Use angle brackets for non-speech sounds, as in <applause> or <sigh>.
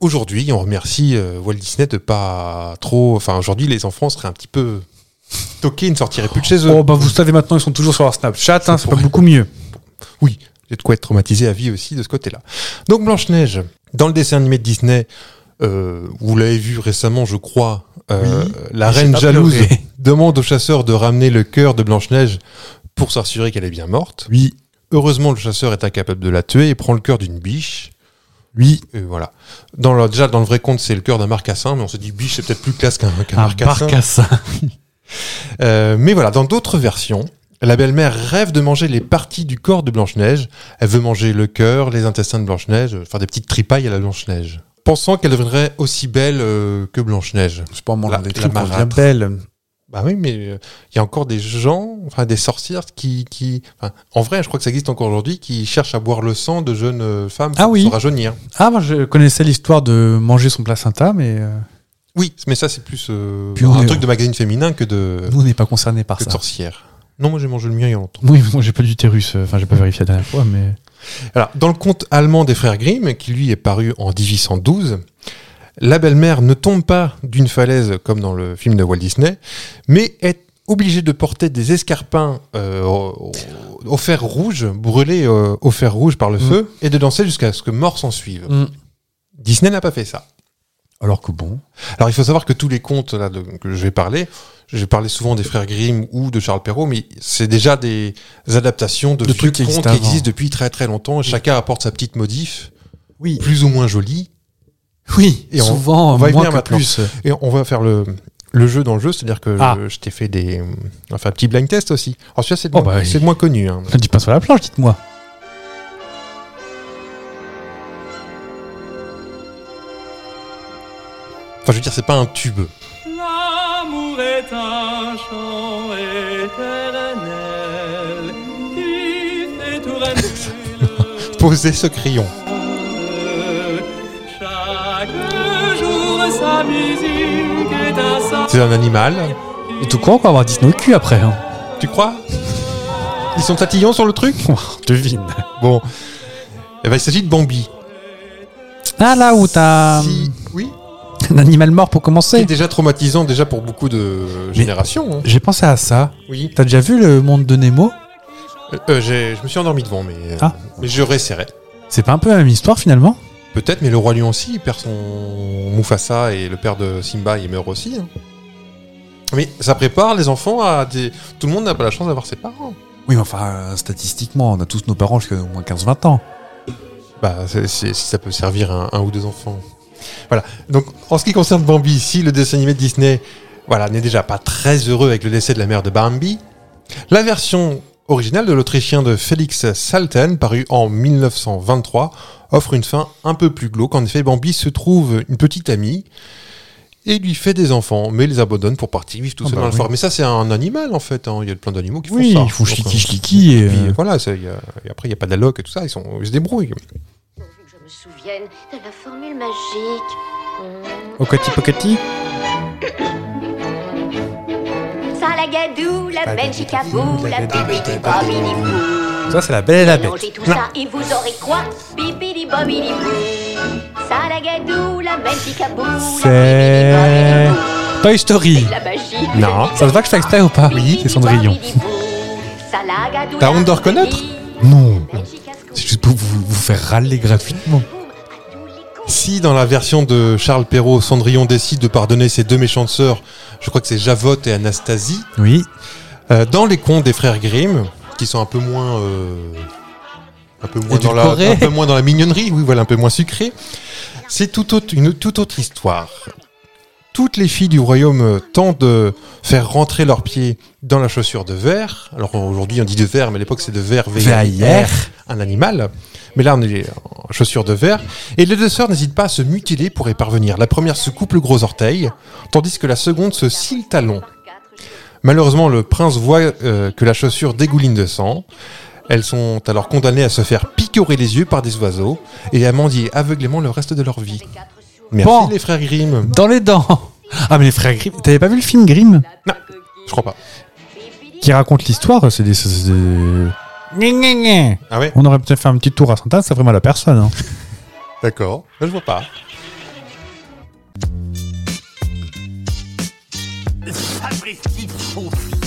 aujourd'hui, on remercie euh, Walt Disney de pas trop. Enfin, aujourd'hui, les enfants seraient un petit peu toqués, ils ne sortiraient plus de chez eux. Oh, bah, vous savez maintenant, ils sont toujours sur leur Snapchat, hein, c'est pas pourrait. beaucoup mieux. Oui, j'ai de quoi être traumatisé à vie aussi de ce côté-là. Donc Blanche-Neige, dans le dessin animé de Disney, euh, vous l'avez vu récemment, je crois, euh, la mais j'ai reine pas jalouse pleuré. <laughs> demande au chasseur de ramener le cœur de Blanche-Neige pour s'assurer qu'elle est bien morte. Oui. Heureusement, le chasseur est incapable de la tuer et prend le cœur d'une biche. Oui. Et voilà. Dans le- déjà, dans le vrai conte, c'est le cœur d'un marcassin, mais on se dit biche, c'est peut-être plus classe qu'un qu'un Un marcassin. barcassin. Euh, mais voilà, dans d'autres versions, la belle-mère rêve de manger les parties du corps de Blanche-Neige. Elle veut manger le cœur, les intestins de Blanche-Neige, euh, faire des petites tripailles à la Blanche-Neige. Pensant qu'elle deviendrait aussi belle euh, que Blanche-Neige. <laughs> C'est pas La- la on devient marâtre. belle. Bah oui, mais euh, il y a encore des gens, enfin des sorcières qui, qui enfin, en vrai, je crois que ça existe encore aujourd'hui, qui cherchent à boire le sang de jeunes euh, femmes Ah pour oui. se rajeunir. Ah, moi, je connaissais l'histoire de manger son placenta, mais euh, Oui, mais ça c'est plus euh, Puis un on est- truc de magazine féminin que de, nous, on n'est pas concernés Euh, par que de hein. ça. sorcière. Non, moi j'ai mangé le mien il y a longtemps. Oui, mais moi j'ai pas d'utérus, euh, enfin j'ai pas Mm. vérifié la dernière fois, mais. Alors, dans le conte allemand des frères Grimm, qui lui est paru en 1812, la belle-mère ne tombe pas d'une falaise comme dans le film de Walt Disney, mais est obligée de porter des escarpins euh, au, au fer rouge, brûlés euh, au fer rouge par le Mm. feu, et de danser jusqu'à ce que mort s'en suive. Mm. Disney n'a pas fait ça. Alors que bon. Alors, il faut savoir que tous les contes là, de- que je vais parler, j'ai parlé souvent des frères Grimm ou de Charles Perrault, mais c'est déjà des adaptations de, De vieux trucs qui contes existent qui avant. existent depuis très très longtemps. et Chacun apporte sa petite modif Oui. plus ou moins jolie. Oui, Et on- souvent, on va y moins venir que maintenant. plus. Et on va faire le, le jeu dans le jeu, c'est-à-dire que Ah. je t'ai fait des. On va faire un petit blind test aussi. Alors celui-là, c'est de Oh moins- bah oui. c'est de moins connu. hein. Ne dis pas sur la planche, dites-moi. Enfin, je veux dire, c'est pas un tube. L'amour est un chant éternel qui fait tourner le Posez ce crayon. monde. Chaque jour sa musique est un sa- C'est un animal. Et tout courant, quoi, avoir Disney au cul après. Hein. <laughs> Tu crois Ils sont tatillons sur le truc Devine. Bon. Eh ben, il s'agit de Bambi. Ah, là où t'as Si- Oui. un animal mort pour C'est commencer. déjà traumatisant déjà pour beaucoup de générations. hein. J'ai pensé à ça. Oui. T'as déjà vu le monde de Nemo Euh, euh, j'ai- je me suis endormi devant, mais, euh, Ah. mais je réessayerai. C'est pas un peu la même histoire finalement Peut-être, mais le roi lion aussi, il perd son Mufasa et le père de Simba, il meurt aussi. hein. Mais ça prépare les enfants à des. Tout le monde n'a pas la chance d'avoir ses parents. Oui, mais enfin, euh, statistiquement, on a tous nos parents jusqu'à au moins 15-20 ans. Bah, c'est- c'est- si ça peut servir à un, un ou deux enfants. Voilà. Donc, en ce qui concerne Bambi, ici, le dessin animé de Disney, voilà, n'est déjà pas très heureux avec le décès de la mère de Bambi. La version originale de l'Autrichien de Félix Salten, parue en 1923, offre une fin un peu plus glauque. En effet, Bambi se trouve une petite amie et lui fait des enfants, mais les abandonne pour partir vivre tout Ah seul bah dans la oui. forêt. Mais ça, c'est un animal, en fait. hein. Il y a plein d'animaux qui Oui, font ça. ils font Donc, chliki euh, chliki. et Et, puis, euh, voilà, ça, il y a- et après, il n'y a pas d'alloc et tout ça. Ils, sont, ils se débrouillent. Pourvu que je me souvienne de la formule magique. Hmm. Au coti pocati. Salagadou, la Benchikabou, la Bibidi Bobidi Bou. Ça, c'est la belle et la bête. Mélangez tout ça et vous aurez quoi Bibidi Bobidi Bou. Salagadou, la Benchikabou, la C'est- Bibidi Bobidi Bou. Toy Story. La magie. Non. Ça se voit que je fais exprès ou pas Bibidi c'est Cendrillon. Bobidi Bou. Salagadou, T'as la honte de reconnaître Bibidi. Non. Benchikascou. C'est juste pour vous, vous faire râler gratuitement. Boum, à tous les coups. Si dans la version de Charles Perrault, Cendrillon décide de pardonner ses deux méchantes sœurs, je crois que c'est Javotte et Anastasie, Oui. euh, dans les contes des frères Grimm, qui sont un peu moins... euh, un, peu moins dans la, Édulcorés. un peu moins dans la mignonnerie, oui voilà, un peu moins sucré, c'est tout autre, une toute autre histoire. Toutes les filles du royaume euh, tentent de faire rentrer leurs pieds dans la chaussure de verre. Alors aujourd'hui on dit de verre, mais à l'époque c'est de verre Vaillère. un animal, mais là on est en chaussures de verre, et les deux sœurs n'hésitent pas à se mutiler pour y parvenir. La première se coupe le gros orteil, tandis que la seconde se scie le talon. Malheureusement, le prince voit euh, que la chaussure dégouline de sang. Elles sont alors condamnées à se faire picorer les yeux par des oiseaux et à mendier aveuglément le reste de leur vie. Merci Bon. les frères Grimm. Dans les dents. Ah, mais les frères Grimm. T'avais pas vu le film Grimm Je crois pas. Qui raconte l'histoire C'est des. c'est des- Gna, gna, gna. Ah ouais On aurait peut-être fait un petit tour à Santa, ça ferait mal à personne. hein. D'accord. Je vois pas. Fabrice Pichon.